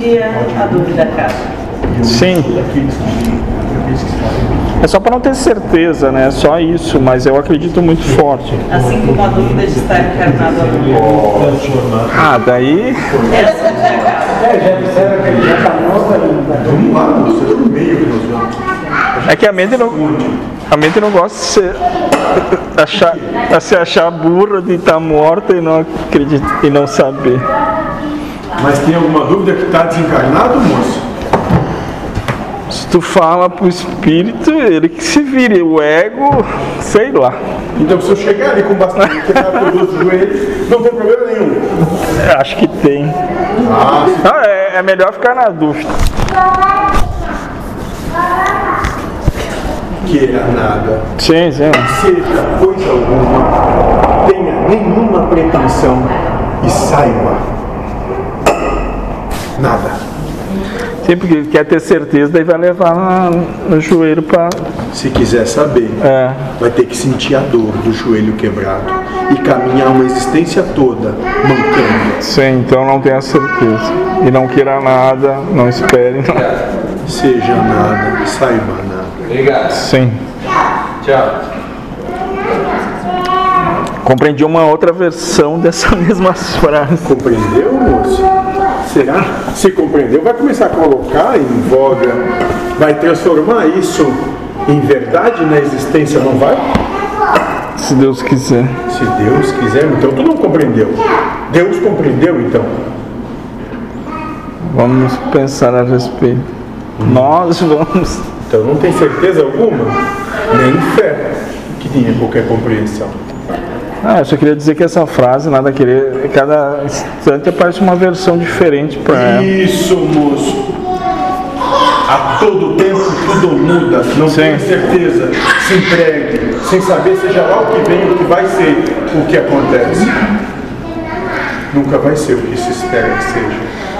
dia a dúvida acaba. Sim. É só para não ter certeza, né? É Só isso, mas eu acredito muito forte. Assim como a dúvida de estar encarnado ou não. Ah, daí. Essa já acaba. É, já disseram que ele já está novo ainda. Um lado, você tá no meio que nós vamos. É que a mente não. A mente não gosta de ser, achar, a se achar burra de estar morta e não acreditar e não saber. Mas tem alguma dúvida que está desencarnado, moço? Se tu fala pro espírito, ele que se vire. O ego, sei lá. Então, se eu chegar ali com bastante quebrado pelos outros joelhos, não tem problema nenhum. Acho que tem. Ah, Ah, é, é melhor ficar na dúvida. queira nada. Sim, sim. Seja coisa alguma. Tenha nenhuma pretensão. E saiba. Nada. Sim, porque ele quer ter certeza, daí vai levar lá no joelho pra. Se quiser saber, É. vai ter que sentir a dor do joelho quebrado e caminhar uma existência toda mancando. Sim, então não tenha certeza. E não queira nada, não espere. Não. Seja nada, saiba nada. Obrigado. Sim. Tchau. Compreendi uma outra versão dessa mesma frase. Compreendeu, moço? Será? Se compreendeu, vai começar a colocar em voga, vai transformar isso em verdade na existência, não vai? Se Deus quiser. Se Deus quiser, então tu não compreendeu. Deus compreendeu, então. Vamos pensar a respeito. Nós vamos. Então não tem certeza alguma, nem fé que tinha qualquer compreensão. Ah, eu só queria dizer que essa frase, nada a querer, cada instante aparece uma versão diferente pra ela. Isso, moço. A todo tempo tudo muda, não Sim. tenha certeza. Se entregue, sem saber seja lá o que vem, o que vai ser, o que acontece. Nunca vai ser o que se espera que seja.